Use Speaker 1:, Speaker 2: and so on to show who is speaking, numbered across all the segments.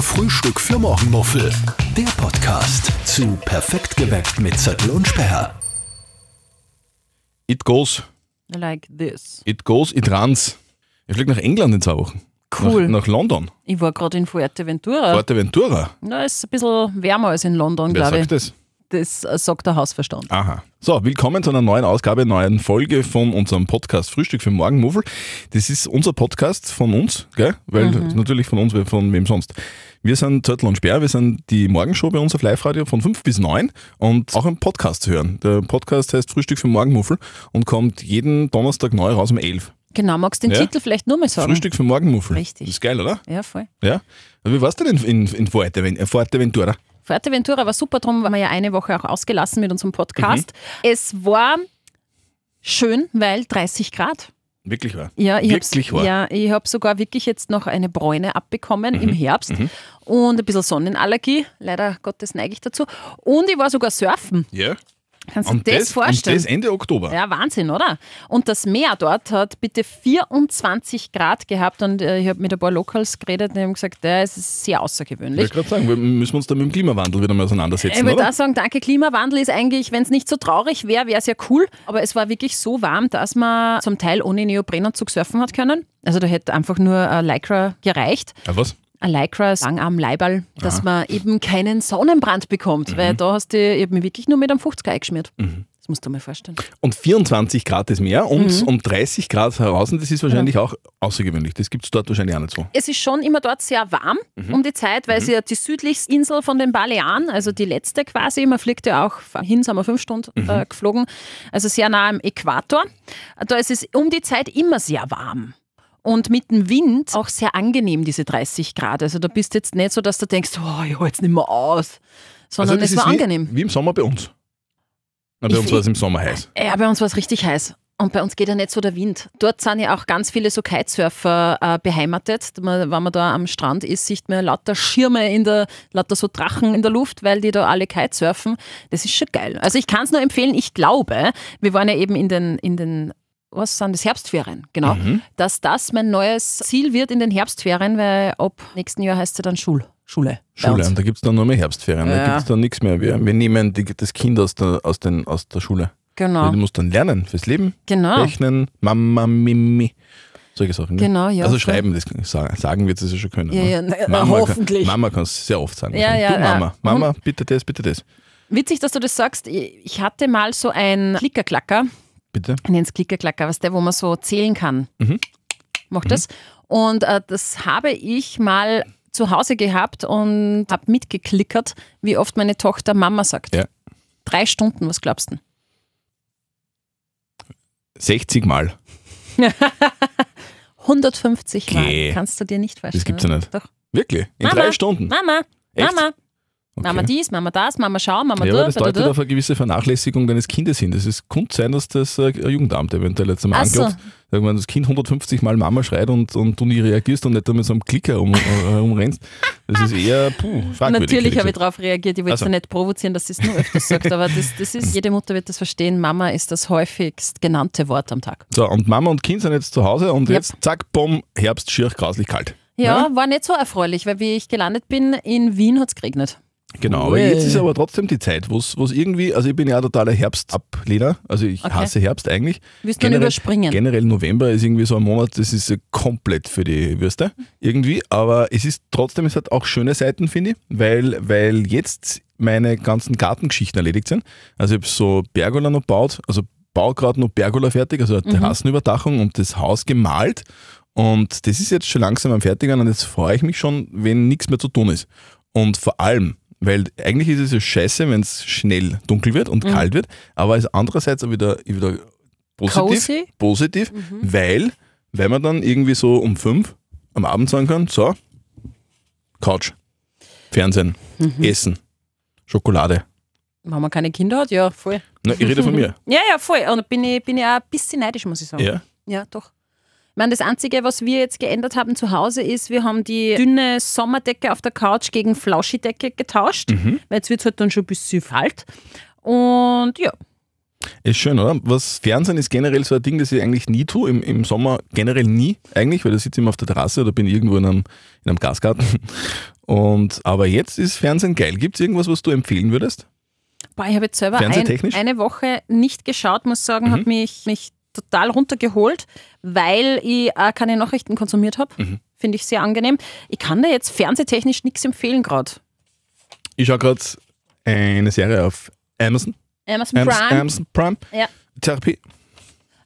Speaker 1: Frühstück für Morgenmuffel. Der Podcast zu Perfekt geweckt mit Zettel und Sperr.
Speaker 2: It goes,
Speaker 3: Like this.
Speaker 2: it goes, it runs. Ich fliege nach England in zwei Wochen.
Speaker 3: Cool. Äh,
Speaker 2: Nach, nach London.
Speaker 3: Ich war gerade in Fuerteventura.
Speaker 2: Fuerteventura.
Speaker 3: Na, ist ein bisschen wärmer als in London,
Speaker 2: Wer
Speaker 3: glaube ich.
Speaker 2: sagt das?
Speaker 3: Das äh, sagt der Hausverstand.
Speaker 2: Aha. So, willkommen zu einer neuen Ausgabe, neuen Folge von unserem Podcast Frühstück für Morgenmuffel. Das ist unser Podcast von uns, gell? Weil
Speaker 3: Mhm.
Speaker 2: natürlich von uns, weil von wem sonst. Wir sind Zörtel und Sperr, wir sind die Morgenshow bei uns auf Live-Radio von 5 bis 9 und auch im Podcast zu hören. Der Podcast heißt Frühstück für Morgenmuffel und kommt jeden Donnerstag neu raus um 11.
Speaker 3: Genau, magst du den
Speaker 2: Ja.
Speaker 3: Titel vielleicht nur mal sagen?
Speaker 2: Frühstück für Morgenmuffel.
Speaker 3: Richtig.
Speaker 2: Ist geil, oder?
Speaker 3: Ja, voll.
Speaker 2: Ja. Wie warst du denn in, in Fuerteven- äh, Fuerteventura?
Speaker 3: Fuerteventura war super, darum waren wir ja eine Woche auch ausgelassen mit unserem Podcast.
Speaker 2: Mhm.
Speaker 3: Es war schön, weil 30 Grad.
Speaker 2: Wirklich war.
Speaker 3: Ja, ich
Speaker 2: Wirklich
Speaker 3: habe
Speaker 2: wahr.
Speaker 3: ja, ich hab sogar wirklich jetzt noch eine Bräune abbekommen
Speaker 2: Mhm.
Speaker 3: im Herbst und ein bisschen Sonnenallergie. Leider Gottes neige ich dazu. Und ich war sogar surfen.
Speaker 2: Ja.
Speaker 3: Kannst du
Speaker 2: Und
Speaker 3: dir das, vorstellen?
Speaker 2: Und Um das Ende Oktober.
Speaker 3: Ja, Wahnsinn, oder? Und das Meer dort hat bitte 24 Grad gehabt und äh, ich habe mit ein paar Locals geredet und die haben gesagt, ja, es ist sehr
Speaker 2: Ich
Speaker 3: außergewöhnlich.
Speaker 2: wollte gerade sagen, wir müssen uns da mit dem Klimawandel wieder mal
Speaker 3: Ich
Speaker 2: auseinandersetzen,
Speaker 3: würde
Speaker 2: oder?
Speaker 3: auch sagen, danke, Klimawandel ist eigentlich, wenn es nicht so traurig wäre, wäre es ja cool. Aber es war wirklich so warm, dass man zum Teil ohne Neoprenanzug surfen hat können. Also da hätte einfach nur ein Lycra gereicht.
Speaker 2: Ja, was?
Speaker 3: Ein Lycra, das langarm Leiball, dass man eben keinen Sonnenbrand bekommt. Weil da hast du eben wirklich nur mit einem 50er eingeschmiert. Das musst du dir mal vorstellen.
Speaker 2: Und 24 Grad ist Meer
Speaker 3: Mhm.
Speaker 2: und, und 30 Grad draußen, das ist wahrscheinlich auch außergewöhnlich. Das gibt es dort wahrscheinlich auch nicht so.
Speaker 3: es ist schon immer dort sehr warm
Speaker 2: Mhm.
Speaker 3: um die Zeit, weil sie ja die südlichste Insel von den Balearen, also die letzte quasi, man fliegt ja auch hin, sind wir fünf Stunden
Speaker 2: Mhm.
Speaker 3: äh, geflogen, also sehr nah am Äquator. Da ist es um die Zeit immer sehr warm. Und mit dem Wind auch sehr angenehm, diese 30 Grad. Also da bist jetzt nicht so, dass du denkst, oh, ich halte es nicht mehr aus, sondern
Speaker 2: Also das
Speaker 3: es war
Speaker 2: ist wie,
Speaker 3: angenehm.
Speaker 2: Wie im Sommer bei uns. Na, bei
Speaker 3: Ich-
Speaker 2: uns war es im Sommer heiß.
Speaker 3: Ja, bei uns war es richtig heiß. Und bei uns geht ja nicht so der Wind. Dort sind ja auch ganz viele so Kitesurfer äh, beheimatet. Man, wenn man da am Strand ist, sieht man lauter Schirme in der, lauter so Drachen in der Luft, weil die da alle Kitesurfen. Das ist schon geil. Also ich kann es nur empfehlen, ich glaube, wir waren ja eben in den, in den was sind das? Herbstferien, genau. Dass das mein neues Ziel wird in den Herbstferien, weil ab nächsten Jahr heißt es ja dann Schul, Schule. bei
Speaker 2: Schule,
Speaker 3: uns.
Speaker 2: und da gibt es dann nur mehr Herbstferien. Da
Speaker 3: Ja.
Speaker 2: gibt es dann nichts mehr. Wir, wir nehmen die, das Kind aus der, aus den, aus der Schule.
Speaker 3: Genau.
Speaker 2: Weil Du musst dann lernen fürs Leben.
Speaker 3: Genau.
Speaker 2: Rechnen, Mama, Mimi. Solche Sachen. Ne?
Speaker 3: Genau, ja,
Speaker 2: Also
Speaker 3: voll.
Speaker 2: schreiben, das sagen, sagen wird es ja schon können.
Speaker 3: Ja,
Speaker 2: ne?
Speaker 3: ja, na,
Speaker 2: Mama,
Speaker 3: Äh, hoffentlich.
Speaker 2: Kann, Mama kann es sehr oft sagen.
Speaker 3: Ja,
Speaker 2: wahrscheinlich.
Speaker 3: ja,
Speaker 2: du
Speaker 3: ja.
Speaker 2: Mama, Mama, bitte das, bitte das.
Speaker 3: Witzig, dass du das sagst. Ich hatte mal so ein Klickerklacker.
Speaker 2: Bitte.
Speaker 3: Ich nenne es Klickerklacker, was der, wo man so zählen kann.
Speaker 2: Mhm.
Speaker 3: Macht das. Und äh, das habe ich mal zu Hause gehabt und habe mitgeklickert, wie oft meine Tochter Mama sagt.
Speaker 2: Ja.
Speaker 3: Drei Stunden, was glaubst du?
Speaker 2: 60 Mal.
Speaker 3: 150
Speaker 2: Geh.
Speaker 3: Mal. Kannst du dir nicht vorstellen.
Speaker 2: Das gibt's ja
Speaker 3: oder?
Speaker 2: nicht.
Speaker 3: Doch.
Speaker 2: Wirklich? In
Speaker 3: Mama.
Speaker 2: drei Stunden.
Speaker 3: Mama,
Speaker 2: Echt?
Speaker 3: Mama,
Speaker 2: Okay.
Speaker 3: Mama dies, Mama das, Mama schau, Mama
Speaker 2: ja,
Speaker 3: du,
Speaker 2: aber das
Speaker 3: du, du,
Speaker 2: deutet
Speaker 3: du.
Speaker 2: auf eine gewisse Vernachlässigung deines Kindes hin. Das ist könnte sein, dass das äh, ein Jugendamt eventuell jetzt einmal
Speaker 3: Ach so.
Speaker 2: anklopft. Wenn das Kind 150 Mal Mama schreit und, und du nie reagierst und nicht einmal so einem Klicker um, herumrennst, das ist eher puh, fragwürdig. hätte
Speaker 3: Natürlich habe ich
Speaker 2: Ah, ich gesagt.
Speaker 3: darauf reagiert. Ich wollte
Speaker 2: Also.
Speaker 3: sie nicht provozieren, dass sie es nur öfters sagt, aber das, das ist, jede Mutter wird das verstehen. Mama ist das häufigst genannte Wort am Tag.
Speaker 2: So, und Mama und Kind sind jetzt zu Hause und
Speaker 3: Yep.
Speaker 2: jetzt zack, bumm, Herbst, schier, grauslich kalt. Ne?
Speaker 3: Ja, war nicht so erfreulich, weil wie ich gelandet bin, in Wien hat es geregnet.
Speaker 2: Genau, aber jetzt ist aber trotzdem die Zeit, wo es irgendwie, also ich bin ja ein totaler Herbstablehner, also ich
Speaker 3: Okay.
Speaker 2: hasse Herbst eigentlich.
Speaker 3: Willst du ihn überspringen?
Speaker 2: Generell November ist irgendwie so ein Monat, das ist äh, komplett für die Würste irgendwie, aber es ist trotzdem, es hat auch schöne Seiten, finde ich, weil, weil jetzt meine ganzen Gartengeschichten erledigt sind. Also ich habe so Pergola noch gebaut, also baue gerade noch Pergola fertig, also eine
Speaker 3: Mhm.
Speaker 2: Terrassenüberdachung und das Haus gemalt und das ist jetzt schon langsam am Fertigwerden und jetzt freue ich mich schon, wenn nichts mehr zu tun ist. Und vor allem, weil eigentlich ist es ja scheiße, wenn es schnell dunkel wird und kalt wird, aber es ist andererseits auch wieder, wieder positiv,
Speaker 3: Cozy?
Speaker 2: positiv weil, weil man dann irgendwie so um fünf am Abend sagen kann, so, Couch, Fernsehen, Essen, Schokolade.
Speaker 3: Wenn man keine Kinder hat, ja, voll.
Speaker 2: Na, ich rede von mir.
Speaker 3: Ja, ja, voll. Und bin ich, bin ich auch ein bisschen neidisch, muss ich sagen.
Speaker 2: Ja.
Speaker 3: Ja, doch. Ich meine, das Einzige, was wir jetzt geändert haben zu Hause, ist, wir haben die dünne Sommerdecke auf der Couch gegen
Speaker 2: Mhm.
Speaker 3: Flauschidecke getauscht, weil jetzt wird es halt dann schon ein bisschen kalt. Und ja,
Speaker 2: Ist schön, oder? Was Fernsehen ist generell so ein Ding, das ich eigentlich nie tue. Im, im Sommer generell nie, eigentlich, weil da sitze ich immer auf der Terrasse oder bin irgendwo in einem, in einem Gasgarten. Und, aber jetzt ist Fernsehen geil. Gibt es irgendwas, was du empfehlen würdest?
Speaker 3: Boah, ich habe jetzt selber ein,
Speaker 2: Fernsehtechnisch? Mhm.
Speaker 3: eine Woche nicht geschaut, muss sagen, hat mich, mich total runtergeholt, weil ich auch keine Nachrichten konsumiert habe.
Speaker 2: Mhm.
Speaker 3: Finde ich sehr angenehm. Ich kann da jetzt fernsehtechnisch nichts empfehlen gerade.
Speaker 2: Ich schaue gerade eine Serie auf Amazon.
Speaker 3: Amazon
Speaker 2: Ams-
Speaker 3: Prime.
Speaker 2: Amazon Prime.
Speaker 3: Ja.
Speaker 2: Therapie.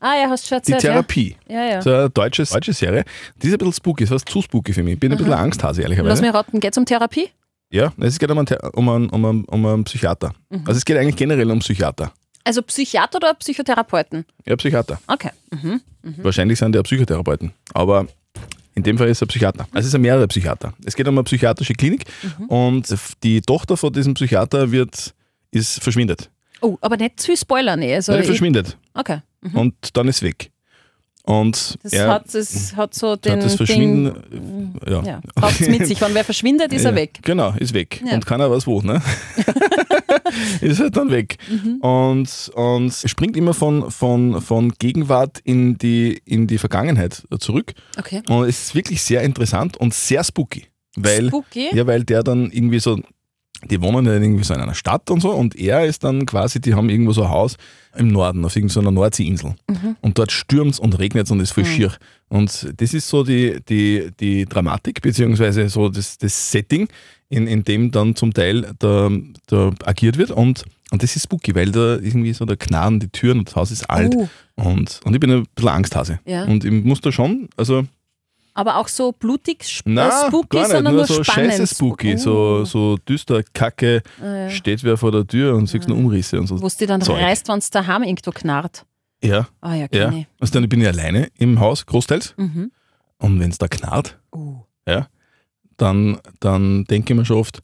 Speaker 3: Ah ja, hast du schon
Speaker 2: Die
Speaker 3: erzählt.
Speaker 2: Therapie.
Speaker 3: Ja, ja. ja.
Speaker 2: So eine deutsche, deutsche Serie. Die ist ein bisschen spooky, das heißt zu spooky für mich. Ich bin ein bisschen ein Angsthase,
Speaker 3: Mhm. Lass
Speaker 2: ehrlicherweise.
Speaker 3: mich raten, geht es um Therapie?
Speaker 2: Ja, es geht um einen, Thera- um einen, um einen, um einen Psychiater.
Speaker 3: Mhm.
Speaker 2: Also es geht eigentlich generell um Psychiater.
Speaker 3: Also Psychiater oder Psychotherapeuten?
Speaker 2: Ja, Psychiater.
Speaker 3: Okay. Mhm.
Speaker 2: Wahrscheinlich sind die auch Psychotherapeuten. Aber in dem Fall ist er Psychiater. Also es sind mehrere Psychiater. Es geht um eine psychiatrische Klinik
Speaker 3: Mhm.
Speaker 2: und die Tochter von diesem Psychiater wird, ist verschwindet.
Speaker 3: Oh, aber nicht zu viel spoilern. eh. Also
Speaker 2: Nein, die
Speaker 3: ich,
Speaker 2: verschwindet.
Speaker 3: okay.
Speaker 2: Und dann ist sie weg. Und
Speaker 3: Das
Speaker 2: er
Speaker 3: hat, das hat so
Speaker 2: hat
Speaker 3: den
Speaker 2: das
Speaker 3: Ding.
Speaker 2: Verschwinden. Ja.
Speaker 3: Ja, braucht es mit sich. Wenn wer verschwindet, ist er
Speaker 2: Ja,
Speaker 3: weg.
Speaker 2: Genau, ist weg.
Speaker 3: Ja.
Speaker 2: Und keiner weiß wo, ne? ist halt dann weg.
Speaker 3: Mhm.
Speaker 2: Und, und es springt immer von, von, von Gegenwart in die, in die Vergangenheit zurück.
Speaker 3: Okay.
Speaker 2: Und es ist wirklich sehr interessant und sehr spooky. Weil,
Speaker 3: Spooky?
Speaker 2: Ja, weil der dann irgendwie so, die wohnen ja dann irgendwie so in einer Stadt und so und er ist dann quasi, die haben irgendwo so ein Haus im Norden, auf irgendeiner Nordseeinsel.
Speaker 3: Mhm.
Speaker 2: Und dort stürmt und regnet und ist voll schier. Und das ist so die, die, die Dramatik, beziehungsweise so das, das Setting, in, in dem dann zum Teil da, da agiert wird. Und, und das ist spooky, weil da irgendwie so da knarren die Türen und das Haus ist alt.
Speaker 3: Oh.
Speaker 2: Und, und ich bin ein bisschen Angsthase.
Speaker 3: Ja.
Speaker 2: Und ich muss da schon, also
Speaker 3: Aber auch so blutig, sp
Speaker 2: na,
Speaker 3: äh, spooky,
Speaker 2: gar nicht,
Speaker 3: sondern nur,
Speaker 2: so
Speaker 3: spannend. Oh,
Speaker 2: scheiße spooky, so, so düster, kacke,
Speaker 3: Ah, ja.
Speaker 2: steht wer vor der Tür und siehst nur Umrisse und so.
Speaker 3: Wo es dir dann
Speaker 2: Zeug.
Speaker 3: reißt, wenn es daheim irgendwo knarrt.
Speaker 2: Ja,
Speaker 3: Ah ja,
Speaker 2: ja.
Speaker 3: kenne ich.
Speaker 2: Also dann bin ich alleine im Haus, großteils,
Speaker 3: Mhm.
Speaker 2: und wenn es da knarrt,
Speaker 3: Oh.
Speaker 2: dann, dann denke ich mir schon oft,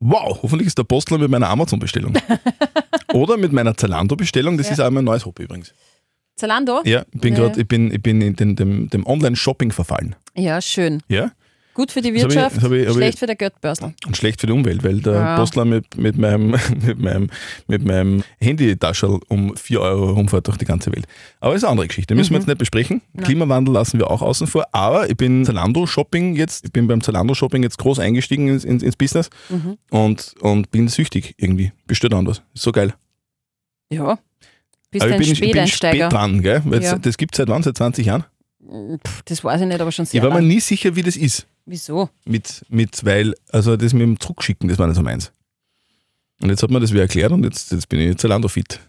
Speaker 2: wow, hoffentlich ist der Postler mit meiner Amazon-Bestellung. Oder mit meiner Zalando-Bestellung, das
Speaker 3: Ja.
Speaker 2: ist auch mein neues Hobby übrigens.
Speaker 3: Zalando?
Speaker 2: Ja, ich bin
Speaker 3: Ja,
Speaker 2: gerade,
Speaker 3: ja.
Speaker 2: ich bin, ich bin in den, dem, dem Online-Shopping verfallen.
Speaker 3: Ja, schön.
Speaker 2: Ja?
Speaker 3: Gut für die
Speaker 2: Das hab ich-
Speaker 3: Wirtschaft,
Speaker 2: das hab ich- hab ich-
Speaker 3: schlecht für der Geldbörsel.
Speaker 2: Und schlecht für die Umwelt, weil der
Speaker 3: Ja.
Speaker 2: Postler mit, mit meinem, mit meinem, mit meinem Handytaschel um 4 Euro rumfährt durch die ganze Welt. Aber ist eine andere Geschichte, müssen
Speaker 3: Mhm.
Speaker 2: wir jetzt nicht besprechen. Klimawandel lassen wir auch außen vor, aber ich bin Zalando-Shopping jetzt, ich bin beim Zalando-Shopping jetzt groß eingestiegen ins, ins, ins Business
Speaker 3: Mhm.
Speaker 2: und, und bin süchtig irgendwie. Bestört anders. Ist so geil.
Speaker 3: Ja. Bist
Speaker 2: aber
Speaker 3: ein
Speaker 2: ich bin, ich bin spät
Speaker 3: Späteinsteiger.
Speaker 2: dran, gell? Weil
Speaker 3: Ja.
Speaker 2: Das gibt es seit wann? Seit 20 Jahren?
Speaker 3: Pff, Das weiß ich nicht, aber schon sehr
Speaker 2: ich war mir
Speaker 3: lang.
Speaker 2: nie sicher, wie das ist.
Speaker 3: Wieso?
Speaker 2: mit, mit, weil, also das mit dem Zurückschicken, das war nicht so meins. Und jetzt hat man das wieder erklärt und jetzt, jetzt bin ich Zalando-fit.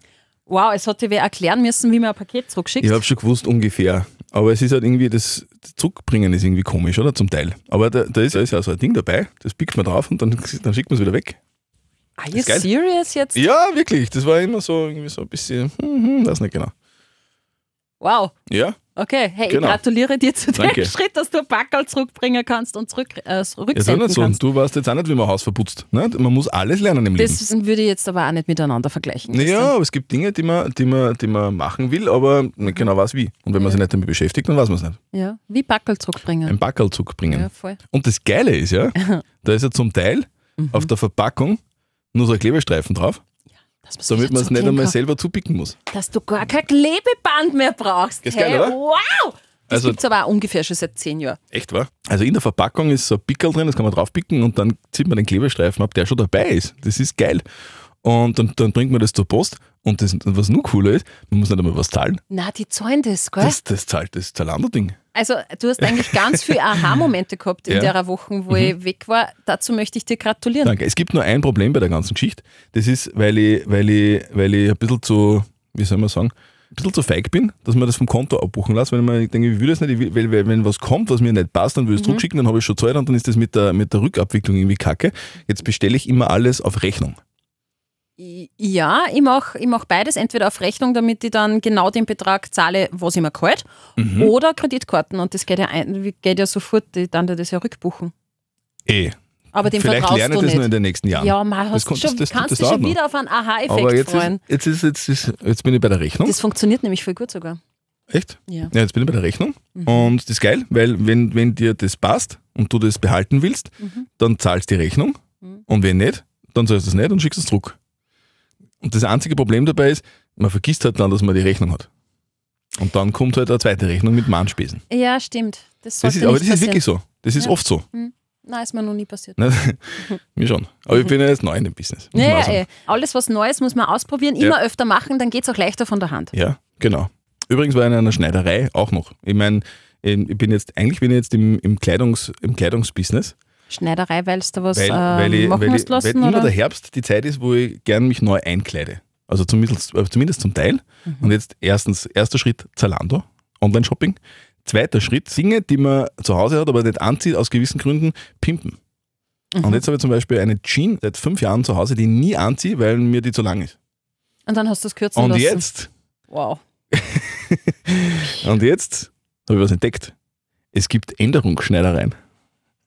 Speaker 3: Wow, es hätte wer erklären müssen, wie man ein Paket zurückschickt.
Speaker 2: Ich habe schon gewusst ungefähr, aber es ist halt irgendwie, das Zurückbringen ist irgendwie komisch, oder? Zum Teil. Aber da, da ist ja so ein Ding dabei, das pickt man drauf und dann, dann schickt man es wieder weg.
Speaker 3: Are you
Speaker 2: Ist geil.
Speaker 3: serious jetzt?
Speaker 2: Ja, wirklich, das war immer so irgendwie so ein bisschen, hm, hm, weiß nicht genau.
Speaker 3: Wow.
Speaker 2: Ja,
Speaker 3: Okay, hey,
Speaker 2: Genau.
Speaker 3: ich gratuliere dir zu dem
Speaker 2: Danke.
Speaker 3: Schritt, dass du ein Packerl zurückbringen kannst und zurück, äh,
Speaker 2: jetzt auch
Speaker 3: rücksenden
Speaker 2: nicht so.
Speaker 3: kannst.
Speaker 2: Du weißt jetzt auch nicht, wie man ein Haus verputzt. Ne? Man muss alles lernen im Leben.
Speaker 3: Das würde ich jetzt aber auch nicht miteinander vergleichen.
Speaker 2: Naja, aber es gibt Dinge, die man, die, man, die man machen will, aber nicht genau weiß wie. Und wenn man sich nicht damit beschäftigt, dann weiß man es nicht.
Speaker 3: Christian. Ja, wie Packerl zurückbringen.
Speaker 2: Ein Backerlzug bringen.
Speaker 3: Ja, voll.
Speaker 2: Und das Geile ist ja, da ist ja zum Teil auf der Verpackung nur so ein Klebestreifen drauf,
Speaker 3: Dass man
Speaker 2: damit man es nicht einmal selber zupicken muss.
Speaker 3: Dass du gar kein Klebeband mehr brauchst.
Speaker 2: Ist
Speaker 3: hey,
Speaker 2: geil, oder?
Speaker 3: Wow! Das
Speaker 2: Also-
Speaker 3: gibt's aber auch ungefähr schon seit zehn Jahren.
Speaker 2: Echt, wa? Also in der Verpackung ist so ein Pickel drin, das kann man draufpicken und dann zieht man den Klebestreifen ab, der schon dabei ist. Das ist geil. Und dann, dann bringt man das zur Post und das, und was nur cooler ist, man muss nicht einmal was zahlen.
Speaker 3: Na, die zahlen das, gell?
Speaker 2: Das, das zahlt das Zalando-Ding.
Speaker 3: Also, du hast eigentlich ganz viele Aha-Momente gehabt in
Speaker 2: Ja. Mhm.
Speaker 3: der Woche, wo ich weg war. Dazu möchte ich dir gratulieren.
Speaker 2: Danke. Es gibt nur ein Problem bei der ganzen Geschichte. Das ist, weil ich, weil ich, weil ich ein bisschen zu, wie soll man sagen, ein bisschen zu feig bin, dass man das vom Konto abbuchen lässt, weil man denke, ich will das nicht, ich will, weil, weil wenn was kommt, was mir nicht passt, dann will
Speaker 3: Mhm.
Speaker 2: ich es zurückschicken, dann habe ich schon Zeit und dann ist das mit der, mit der Rückabwicklung irgendwie kacke. Jetzt bestelle ich immer alles auf Rechnung.
Speaker 3: I- Ja, ich mache ich mach beides, entweder auf Rechnung, damit ich dann genau den Betrag zahle, was ich mir gehalt,
Speaker 2: Mhm.
Speaker 3: oder Kreditkarten und das geht ja, ein, geht ja sofort, die dann dir das ja rückbuchen.
Speaker 2: Eh.
Speaker 3: Aber dem
Speaker 2: Vielleicht
Speaker 3: vertraust
Speaker 2: lerne ich
Speaker 3: du
Speaker 2: das noch in
Speaker 3: nicht.
Speaker 2: den nächsten Jahren.
Speaker 3: Ja, man hast
Speaker 2: Das kommt-
Speaker 3: schon,
Speaker 2: das- das-
Speaker 3: kannst
Speaker 2: das
Speaker 3: du
Speaker 2: dauert
Speaker 3: schon
Speaker 2: noch.
Speaker 3: wieder auf einen
Speaker 2: Aber
Speaker 3: Aha-Effekt
Speaker 2: jetzt, ist, Hm?
Speaker 3: freuen.
Speaker 2: jetzt, ist, jetzt, ist, jetzt bin ich bei der Rechnung.
Speaker 3: Das funktioniert nämlich voll gut sogar.
Speaker 2: Echt?
Speaker 3: Ja.
Speaker 2: Ja, jetzt bin ich bei der Rechnung.
Speaker 3: Mhm.
Speaker 2: Und das ist geil, weil wenn, wenn dir das passt und du das behalten willst,
Speaker 3: Mhm.
Speaker 2: dann zahlst die Rechnung. Und wenn nicht, dann zahlst du es nicht und schickst es zurück. Und das einzige Problem dabei ist, Man vergisst halt dann, dass man die Rechnung hat. Und dann kommt halt eine zweite Rechnung mit Mahnspesen.
Speaker 3: Ja, stimmt. Das
Speaker 2: Das
Speaker 3: sollte
Speaker 2: ist, aber das
Speaker 3: nicht
Speaker 2: ist
Speaker 3: passieren.
Speaker 2: wirklich so. Das ist
Speaker 3: Ja. Mhm.
Speaker 2: oft so.
Speaker 3: Nein, ist mir noch nie passiert.
Speaker 2: Ne? Mir schon. Aber ich bin ja jetzt neu in dem Business. muss man
Speaker 3: Ja,
Speaker 2: auch
Speaker 3: ja,
Speaker 2: sagen.
Speaker 3: eh. Alles was Neues muss man ausprobieren,
Speaker 2: Ja.
Speaker 3: immer öfter machen, dann geht es auch leichter von der Hand.
Speaker 2: Ja, genau. Übrigens war ich in einer Schneiderei auch noch. Ich meine, ich bin jetzt, eigentlich bin ich jetzt im, im, Kleidungs, im Kleidungsbusiness,
Speaker 3: Schneiderei, weil du da was
Speaker 2: weil,
Speaker 3: äh,
Speaker 2: weil, ich,
Speaker 3: machen
Speaker 2: weil, ich,
Speaker 3: musst
Speaker 2: weil
Speaker 3: lassen,
Speaker 2: immer der
Speaker 3: oder?
Speaker 2: Herbst die Zeit ist, wo ich gern mich neu einkleide. Also zumindest, äh, zumindest zum Teil.
Speaker 3: Mhm.
Speaker 2: Und jetzt erstens, erster Schritt Zalando, Online-Shopping. Zweiter Schritt, Dinge, die man zu Hause hat, aber nicht anzieht, aus gewissen Gründen, pimpen.
Speaker 3: Mhm.
Speaker 2: Und jetzt habe ich zum Beispiel eine Jean seit fünf Jahren zu Hause, die ich nie anziehe, weil mir die zu lang ist.
Speaker 3: Und dann hast du es kürzen
Speaker 2: Und
Speaker 3: lassen.
Speaker 2: jetzt
Speaker 3: Wow.
Speaker 2: Und jetzt habe ich was entdeckt. Es gibt Änderungsschneidereien.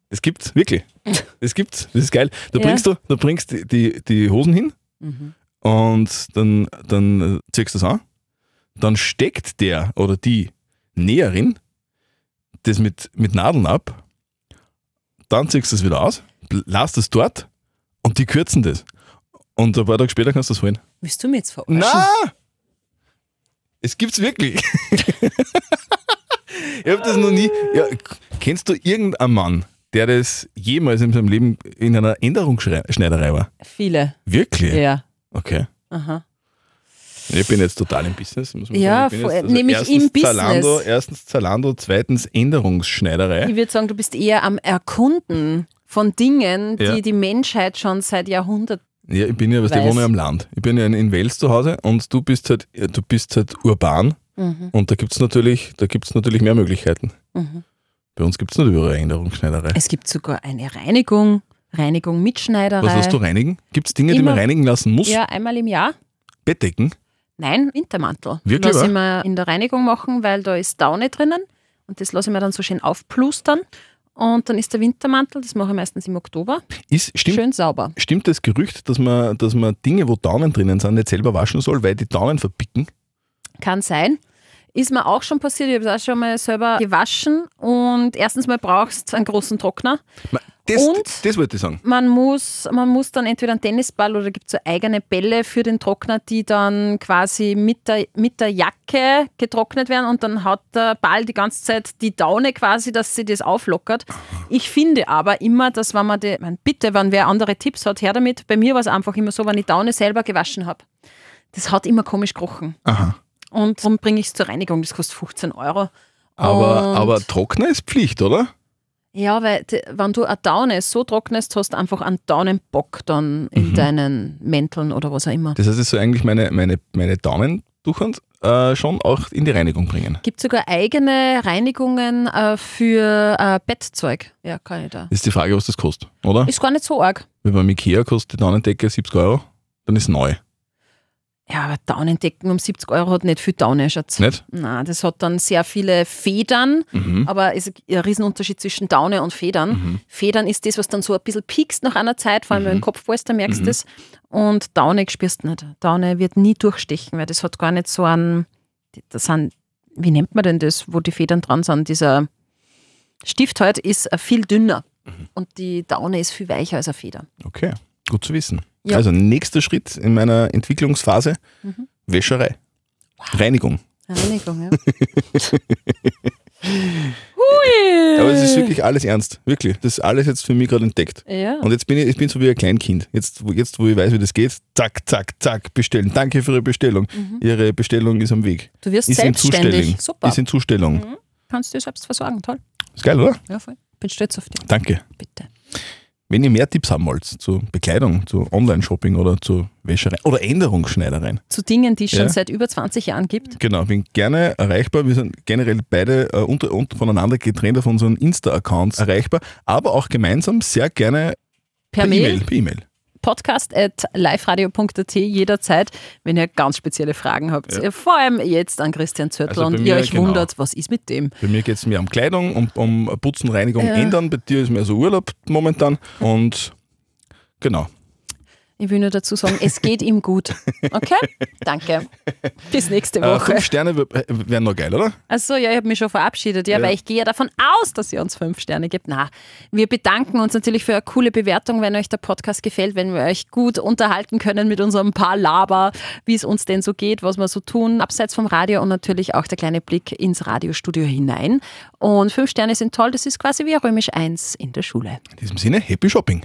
Speaker 2: Es gibt, wirklich. Es gibt, das ist geil. Da
Speaker 3: Ja.
Speaker 2: bringst du, da bringst die, die, die Hosen hin
Speaker 3: Mhm.
Speaker 2: und dann, dann äh, ziehst du das an. Dann steckt der oder die Näherin das mit, mit Nadeln ab. Dann ziehst du es wieder aus, lasst es dort und die kürzen das. Und ein paar Tage später kannst du das holen.
Speaker 3: Willst du mich jetzt verarschen?
Speaker 2: Na! Es gibt's wirklich. ich habe das noch nie. Ja, k- kennst du irgendeinen Mann, der das jemals in seinem Leben in einer Änderungsschneiderei war?
Speaker 3: Viele.
Speaker 2: Wirklich?
Speaker 3: Ja.
Speaker 2: Okay.
Speaker 3: Aha.
Speaker 2: Ich bin jetzt total im Business. Muss man
Speaker 3: Ja,
Speaker 2: sagen. Ich bin
Speaker 3: voll,
Speaker 2: jetzt, also
Speaker 3: nämlich im
Speaker 2: erstens
Speaker 3: Business.
Speaker 2: Zalando, erstens Zalando, zweitens Änderungsschneiderei.
Speaker 3: Ich würde sagen, du bist eher am Erkunden von Dingen, die
Speaker 2: Ja.
Speaker 3: die Menschheit schon seit Jahrhunderten.
Speaker 2: Ja, ich bin ja, was ich
Speaker 3: Weiß.
Speaker 2: wohne ja am Land. Ich bin ja in, in Wels zu Hause und du bist halt, du bist halt urban und da gibt's natürlich, da gibt's natürlich mehr Möglichkeiten. Bei uns gibt es nicht überall Änderungsschneiderei.
Speaker 3: Es gibt sogar eine Reinigung, Reinigung mit Schneiderei.
Speaker 2: Was lässt du reinigen? Gibt es Dinge, die
Speaker 3: Immer-
Speaker 2: man reinigen lassen muss?
Speaker 3: Ja, einmal im Jahr.
Speaker 2: Bettdecken?
Speaker 3: Nein, Wintermantel.
Speaker 2: Wirklich,
Speaker 3: Lass
Speaker 2: wa?
Speaker 3: ich mir in der Reinigung machen, weil da ist Daune drinnen und das lasse ich mir dann so schön aufplustern. Und dann ist der Wintermantel, das mache ich meistens im Oktober,
Speaker 2: Ist, stimmt,
Speaker 3: schön sauber.
Speaker 2: stimmt das Gerücht, dass man, dass man Dinge, wo Daunen drinnen sind, nicht selber waschen soll, weil die Daunen verpicken?
Speaker 3: Kann sein. Ist mir auch schon passiert, ich habe es auch schon mal selber gewaschen und erstens mal brauchst du einen großen Trockner.
Speaker 2: Ma- Das,
Speaker 3: Und?
Speaker 2: das wollte ich sagen.
Speaker 3: Man muss, man muss dann entweder einen Tennisball oder gibt so eigene Bälle für den Trockner, die dann quasi mit der, mit der Jacke getrocknet werden und dann hat der Ball die ganze Zeit die Daune quasi, dass sie das auflockert. Ich finde aber immer, dass wenn man die, ich mein, bitte, wenn wer andere Tipps hat, her damit. Bei mir war es einfach immer so, wenn ich Daune selber gewaschen habe. Das hat immer komisch gerochen.
Speaker 2: Aha.
Speaker 3: Und darum bringe ich es zur Reinigung. Das kostet 15 Euro.
Speaker 2: Aber,
Speaker 3: Und-
Speaker 2: aber Trockner ist Pflicht, oder?
Speaker 3: Ja, weil de- wenn du eine Daune so trocknest, hast du einfach einen Daunenbock dann in deinen Mänteln oder was auch immer.
Speaker 2: Das heißt, ich soll eigentlich meine, meine, meine Daumen äh, schon auch in die Reinigung bringen.
Speaker 3: Gibt sogar eigene Reinigungen äh, für äh, Bettzeug. Ja, kann ich da.
Speaker 2: Das ist die Frage, was das kostet, oder?
Speaker 3: Ist gar nicht so arg.
Speaker 2: Wenn beim Ikea kostet die Daunendecke 70 Euro, dann ist neu,
Speaker 3: Ja, aber Daunendecken um 70 Euro hat nicht viel Daune, Schatz.
Speaker 2: nicht?
Speaker 3: Nein, das hat dann sehr viele Federn,
Speaker 2: Mhm.
Speaker 3: aber es ist ein Riesenunterschied zwischen Daune und Federn.
Speaker 2: Mhm.
Speaker 3: Federn ist das, was dann so ein bisschen piekst nach einer Zeit, vor allem
Speaker 2: Mhm.
Speaker 3: im Kopfpolster merkst du
Speaker 2: Mhm.
Speaker 3: das. Und Daune spürst du nicht. Daune wird nie durchstechen, weil das hat gar nicht so einen, das sind, wie nennt man denn das, wo die Federn dran sind? Dieser Stift halt ist äh, viel dünner
Speaker 2: Mhm.
Speaker 3: und die Daune ist viel weicher als eine Feder.
Speaker 2: Okay, gut zu wissen.
Speaker 3: Ja.
Speaker 2: Also nächster Schritt in meiner Entwicklungsphase,
Speaker 3: Mhm.
Speaker 2: Wäscherei. Reinigung.
Speaker 3: Reinigung, ja. Hui!
Speaker 2: Aber es ist wirklich alles ernst, wirklich. Das ist alles jetzt für mich gerade entdeckt.
Speaker 3: Ja.
Speaker 2: Und jetzt bin ich, ich bin so wie ein Kleinkind. Jetzt, wo- jetzt, wo ich weiß, wie das geht, zack, zack, zack, bestellen. Danke für Ihre Bestellung.
Speaker 3: Mhm.
Speaker 2: Ihre Bestellung ist am Weg.
Speaker 3: Du wirst
Speaker 2: Ist in
Speaker 3: selbstständig.
Speaker 2: Zustellung.
Speaker 3: Super. Mhm.
Speaker 2: Ist in Zustellung.
Speaker 3: Kannst du dir selbst versorgen. Toll.
Speaker 2: Ist geil, oder?
Speaker 3: Ja, voll. Bin stolz auf dich.
Speaker 2: Danke.
Speaker 3: Bitte.
Speaker 2: Wenn ihr mehr Tipps haben wollt zu Bekleidung, zu Online-Shopping oder zu Wäscherei oder Änderungsschneidereien,
Speaker 3: Zu Dingen, die es schon
Speaker 2: Ja.
Speaker 3: seit über 20 Jahren gibt.
Speaker 2: Genau, bin gerne erreichbar. Wir sind generell beide äh, unter, unter voneinander getrennt auf unseren Insta-Accounts erreichbar, aber auch gemeinsam sehr gerne
Speaker 3: Per Mail.
Speaker 2: E-Mail. Per E-Mail.
Speaker 3: podcast at liveradio.at jederzeit, wenn ihr ganz spezielle Fragen habt. Vor allem jetzt an Christian Zörtler
Speaker 2: Also bei
Speaker 3: und ihr
Speaker 2: mir,
Speaker 3: euch
Speaker 2: genau.
Speaker 3: wundert, was ist mit dem?
Speaker 2: Bei mir geht es mehr um Kleidung, um, um Putzen, Reinigung,
Speaker 3: Ja.
Speaker 2: Ändern. Bei dir ist mehr so Urlaub momentan. Und genau,
Speaker 3: Ich will nur dazu sagen, es geht ihm gut. Okay? Danke. Bis nächste
Speaker 2: Äh,
Speaker 3: Woche.
Speaker 2: fünf Sterne w- äh, wären noch geil, oder?
Speaker 3: Achso, ja, ich habe mich schon verabschiedet. Ja,
Speaker 2: Ja.
Speaker 3: weil ich gehe ja davon aus, dass ihr uns fünf Sterne gebt. Na, wir bedanken uns natürlich für eine coole Bewertung, wenn euch der Podcast gefällt, wenn wir euch gut unterhalten können mit unserem paar Laber, wie es uns denn so geht, was wir so tun, abseits vom Radio und natürlich auch der kleine Blick ins Radiostudio hinein. Und fünf Sterne sind toll, das ist quasi wie ein römisch eins in der Schule.
Speaker 2: In diesem Sinne, happy shopping.